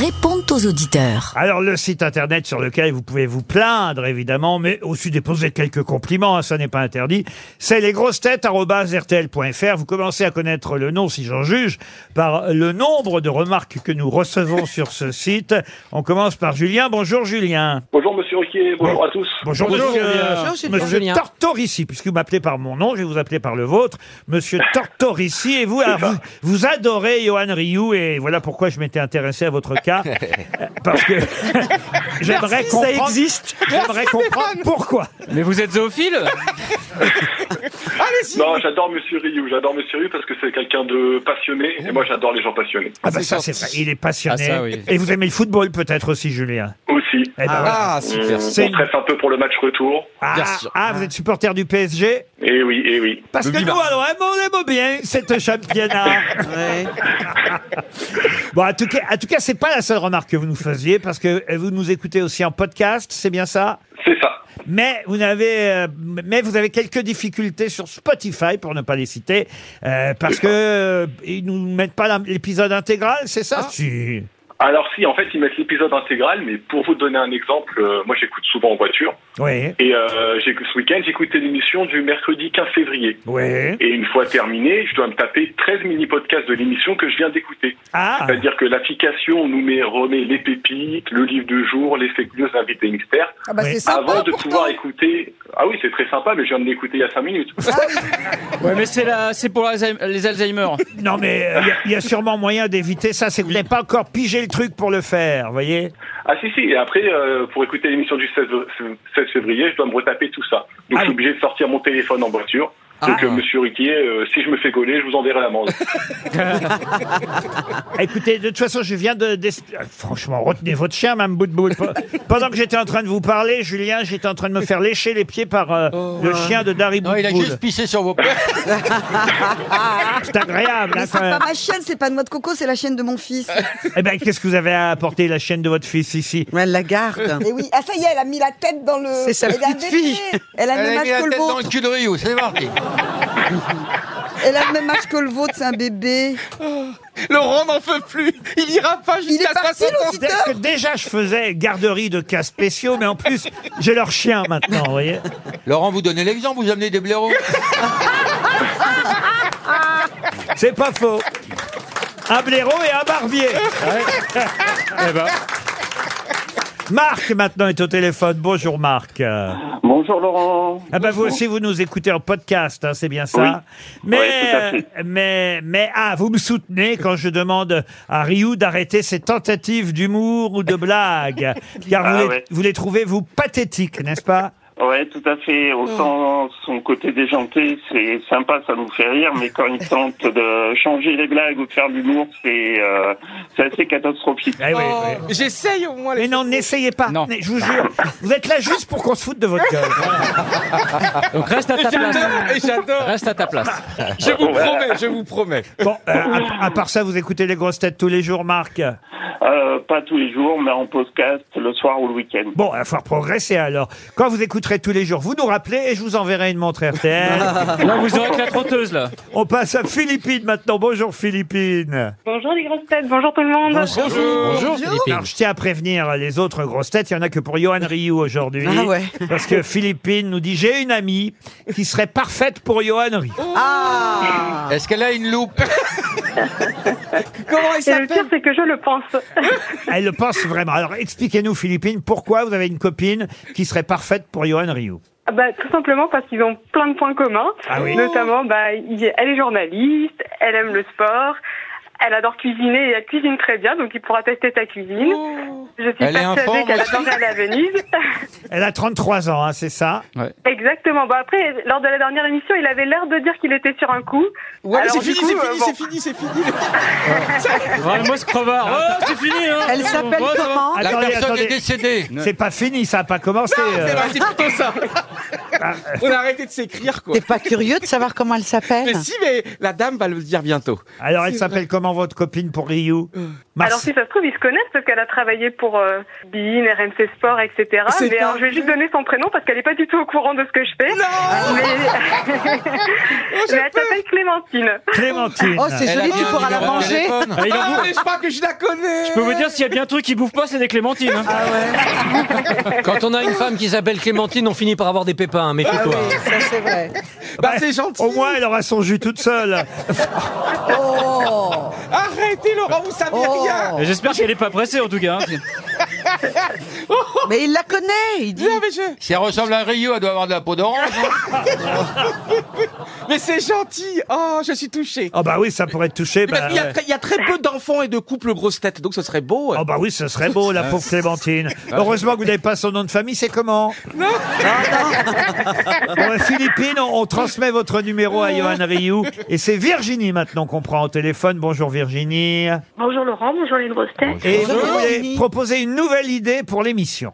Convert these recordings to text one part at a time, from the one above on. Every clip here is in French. répondent aux auditeurs. Alors le site internet sur lequel vous pouvez vous plaindre évidemment, mais aussi déposer quelques compliments, hein, ça n'est pas interdit, c'est lesgrossetêtes.rtl.fr. Vous commencez à connaître le nom, si j'en juge, par le nombre de remarques que nous recevons sur ce site. On commence par Julien. Bonjour Julien. Bonjour Monsieur Riquet, bonjour à tous. Bonjour, monsieur, euh, Bonjour, Julien. monsieur Julien. Tortorici, puisque vous m'appelez par mon nom, je vais vous appeler par le vôtre. Monsieur Tortorici, et vous, alors, vous, vous adorez Johan Rioux, et voilà pourquoi je m'étais intéressé à votre cas. euh, parce que j'aimerais comprendre, j'aimerais comprendre pourquoi. Mais vous êtes zoophile Non, j'adore Monsieur Rioux, j'adore Monsieur Rioux parce que c'est quelqu'un de passionné et moi j'adore les gens passionnés Ah bah ça, c'est vrai, il est passionné. Ah, ça, oui. Et vous aimez le football peut-être aussi, Julien. aussi. Eh ben voilà. Ah, On, super. C'est on presse un peu pour le match retour. Ah, bien sûr. ah, vous êtes supporter du PSG Et oui, et oui. Parce que Bobby nous, alors, on aime bien cette championnat. Ouais. Bon, en tout cas, en tout cas, c'est pas la seule remarque que vous nous faisiez, parce que euh, vous nous écoutez aussi en podcast, c'est bien ça. C'est ça. Mais vous avez, euh, mais vous avez quelques difficultés sur Spotify, pour ne pas les citer, euh, parce que euh, ils nous mettent pas la- l'épisode intégral, c'est ça Si. Alors si, en fait, ils mettent l'épisode intégral, mais pour vous donner un exemple, euh, moi j'écoute souvent en voiture Oui, et euh, j'ai- ce week-end j'écoutais l'émission du mercredi 15 février. oui. Et une fois terminé, je dois me taper 13 mini-podcasts de l'émission que je viens d'écouter. Ah, C'est-à-dire que l'application nous met, remet les pépites, le livre du jour, les fake news, l'invité mystère. Ah bah Oui. c'est sympa avant de pourtant. pouvoir écouter. Ah oui, c'est très sympa, mais je viens de l'écouter il y a 5 minutes. Ah. Ouais, mais c'est la, c'est pour les Alzheimer- les Alzheimer. non mais euh, il y, a sûrement moyen d'éviter ça, c'est que vous n'avez pas encore pigé le truc pour le faire, vous voyez Ah si, si, et après, euh, pour écouter l'émission du 16, f- 16 février, je dois me retaper tout ça. Donc Ah je suis oui. obligé de sortir mon téléphone en voiture. Ah. Donc, euh, monsieur Riquier, euh, si je me fais gauler, je vous enverrai l'amende. Ah, Écoutez, de toute façon, je viens de... d'es- euh, Franchement, retenez votre chien, Mme Boutboul. Pe- Pendant que j'étais en train de vous parler, Julien, j'étais en train de me faire lécher les pieds par euh, le chien de Dari Oh, Non, il a Boutboul. juste pissé sur vos plats. C'est agréable. hein, Mais c'est quand même. pas ma chaîne, c'est pas de noix de coco, c'est la chaîne de mon fils. Eh ben, qu'est-ce que vous avez à apporter la chaîne de votre fils ici Elle la garde. Et oui, ah ça y est, elle a mis la tête dans le. C'est sa elle a petite fille. Elle a le Elle même a mis la âge que tête le dans vôtre. le cul de Ryu, c'est parti. Elle a le même âge que le vôtre, c'est un bébé. Laurent n'en peut plus. Il ira pas Il est parti cest que déjà je faisais garderie de cas spéciaux, mais en plus j'ai leur chien maintenant, vous voyez. Laurent, vous donnez l'exemple, vous amenez des blaireaux. C'est pas faux. Un blaireau et un barbier. Marc maintenant est au téléphone. Bonjour Marc. Euh, Bonjour Laurent. Ah bah vous aussi vous nous écoutez en podcast, hein, c'est bien Oui. ça. Mais Oui, tout à fait. euh, mais mais ah vous me soutenez quand je demande à Ryu d'arrêter ses tentatives d'humour ou de blague, car Ah vous, les, ouais. vous les trouvez vous pathétiques, n'est-ce pas Ouais, tout à fait. Autant son côté déjanté, c'est sympa, ça nous fait rire, mais quand il tente de changer les blagues ou de faire de l'humour, c'est euh, c'est assez catastrophique. Eh oui, oui. J'essaye au moins. Mais les- non, n'essayez pas. Non. Je vous jure. Vous êtes là juste pour qu'on se foute de votre gueule. Donc reste à ta place. J'adore, et j'adore. Reste à ta place. Je vous promets, je vous promets. Bon, euh, à, à part ça, vous écoutez les grosses têtes tous les jours, Marc. Euh, pas tous les jours, mais en podcast le soir ou le week-end. Bon, il va falloir progresser alors. Quand vous écouterez tous les jours, vous nous rappelez et je vous enverrai une montre RTL. Là, vous aurez que la trotteuse, là. On passe à Philippine maintenant. Bonjour Philippine. Bonjour les grosses têtes, bonjour tout le monde. Bonjour, Philippine. Alors je tiens à prévenir les autres grosses têtes, il y en a que pour Johan Ryu aujourd'hui. Ah ouais. Parce que Philippine nous dit j'ai une amie qui serait parfaite pour Johan Ryu. Ah Est-ce qu'elle a une loupe Comment il Et le pire, s'appelle c'est que je le pense. Elle le pense vraiment. Alors expliquez-nous Philippine pourquoi vous avez une copine qui serait parfaite pour Johan Ryu. Ah bah, tout simplement parce qu'ils ont plein de points communs. Oh. Ah oui. Notamment, bah, il- elle est journaliste, elle aime le sport, elle adore cuisiner et elle cuisine très bien, donc il pourra tester ta cuisine. Je suis Oh. Elle est persuadée informe qu'elle aussi. adorerait aller à Venise. Elle a 33 ans, hein, c'est ça Exactement. Bah, après, lors de la dernière émission, il avait l'air de dire qu'il était sur un coup. Ouais, mais Alors, c'est du fini, coup, euh, bon. c'est fini, c'est fini, c'est fini. Vraiment, ce crevard. Oh, c'est fini, hein. Elle s'appelle Bon, ça va. comment La Attendez, personne attendez. est décédée. C'est pas fini, ça a pas commencé. C'est euh. vrai, c'est plutôt ça. On a arrêté de s'écrire, quoi. T'es pas curieux de savoir comment elle s'appelle Mais si, mais la dame va le dire bientôt. Alors, elle s'appelle comment votre copine pour Ryu Alors si ça se trouve, ils se connaissent parce qu'elle a travaillé pour euh, Bein, RMC Sport, etc. C'est Mais pas alors, je vais juste donner son prénom parce qu'elle n'est pas du tout au courant de ce que je fais. mais... mais elle s'appelle Clémentine. Clémentine. Oh, Euh, c'est joli, tu pourras la manger. Ah, il en Ah, bouffe- mais je crois que je la connais Je peux vous dire, s'il y a bien un truc qui bouffe pas, c'est des clémentines. hein. Quand on a une femme qui s'appelle Clémentine, on finit par avoir des Ah, pépins, hein, mais toi Oui, ça c'est vrai. Bah, c'est gentil Au moins, elle aura son jus toute seule. Oh, Arrêtez, Laurent, vous savez Oh. rien Et J'espère qu'elle est pas pressée en tout cas. hein. mais il la connaît, il dit. Non, mais, je- Si elle ressemble à Rio, elle doit avoir de la peau d'orange. hein. mais c'est gentil Oh, je suis touché Ah bah oui, ça pourrait être eh touché. Mais ben, parce bah, qu'il y a très- il y, a très peu d'enfants et de couples grosses têtes, donc ce serait beau. Ah, Oh bah oui, ce serait beau, la pauvre Clémentine. Heureusement que vous n'avez pas son nom de famille, c'est comment Ah, Bon, bah, Philippine, on, on transmet votre numéro à Johan Rioux. Et c'est Virginie maintenant qu'on prend au téléphone. Bonjour Virginie. Bonjour Laurent, bonjour les grosses têtes. Et vous Bonjour, voulez Virginie. proposer une nouvelle idée pour l'émission.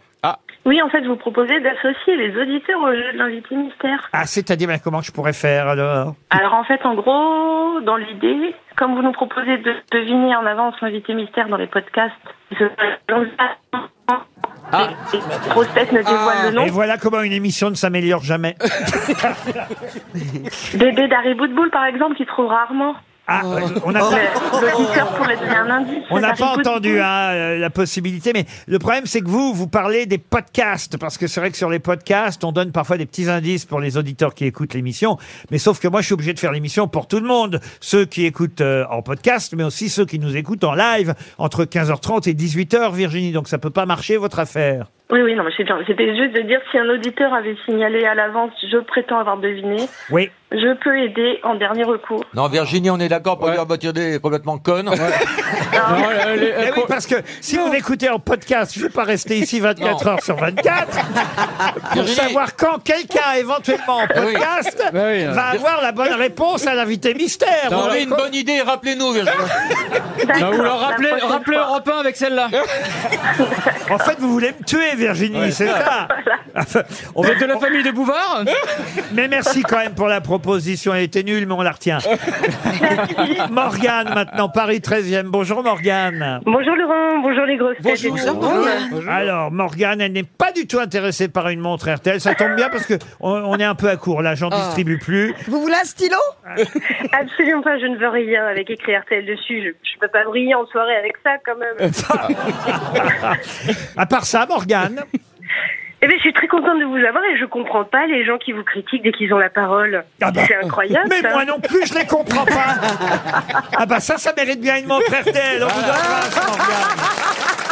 Oui, en fait, je vous proposais d'associer les auditeurs au jeu de l'invité mystère. Ah, c'est-à-dire, bah, comment je pourrais faire alors Alors en fait, en gros, dans l'idée, comme vous nous proposez de deviner en avance l'invité mystère dans les podcasts, ce- les les grosses têtes ne dévoilent le nom. Et voilà comment une émission ne s'améliore jamais. Bébé d'Harry Bootbull, par exemple, qui trouve rarement. Ah, on n'a pas, Le- L'auditeur pourrait donner un indice. on n'a Harry pas entendu Bootbull. hein, euh, la possibilité, mais le problème c'est que vous, vous parlez des podcasts, parce que c'est vrai que sur les podcasts, on donne parfois des petits indices pour les auditeurs qui écoutent l'émission, mais sauf que moi je suis obligé de faire l'émission pour tout le monde, ceux qui écoutent euh, en podcast, mais aussi ceux qui nous écoutent en live entre 15h30 et 18h, Virginie, donc ça peut pas marcher votre affaire. Oui, oui, non, mais c'est bien. C'était juste de dire si un auditeur avait signalé à l'avance, je prétends avoir deviné, Oui. je peux aider en dernier recours. Non, Virginie, on est d'accord pour Ouais. dire, bah, tu es complètement conne. Non, bah, elle- elle- Eh elle- oui, parce que si vous écoutez en podcast, je vais pas rester ici 24 Non. heures sur 24 pour Virginie. savoir quand quelqu'un éventuellement en oui. podcast Bah oui. va avoir la bonne réponse à l'invité mystère. Vous Vous avez voyez, une bonne idée, rappelez-nous, Virginie. Bah, D'accord, vous leur la rappelez, prochaine rappelez fois. Europe 1 avec celle-là. En fait, vous voulez me tuer, Virginie, c'est ça. On Vous va- êtes de la famille de Bouvard Euh, Mais merci quand même pour la proposition. Elle était nulle, mais on la retient. Morgane, maintenant, Paris 13e. Bonjour, Morgane. Bonjour Laurent, bonjour les grosses têtes. Bonjour, Morgane. Alors, Morgane, elle n'est pas du tout intéressée par une montre RTL. Ça tombe bien parce que on, on est un peu à court. Là, j'en distribue plus. Vous voulez un stylo Absolument pas, je ne veux rien avec écrit RTL dessus. Je ne peux pas briller en soirée avec ça quand même. À part ça, Morgane. Eh bien, je suis très contente de vous avoir et je comprends pas les gens qui vous critiquent dès qu'ils ont la parole. Ah bah. C'est incroyable. Mais ça. moi non plus, je les comprends pas. Ah bah ça, ça mérite bien une montre RTL. On vous embrasse, Morgane.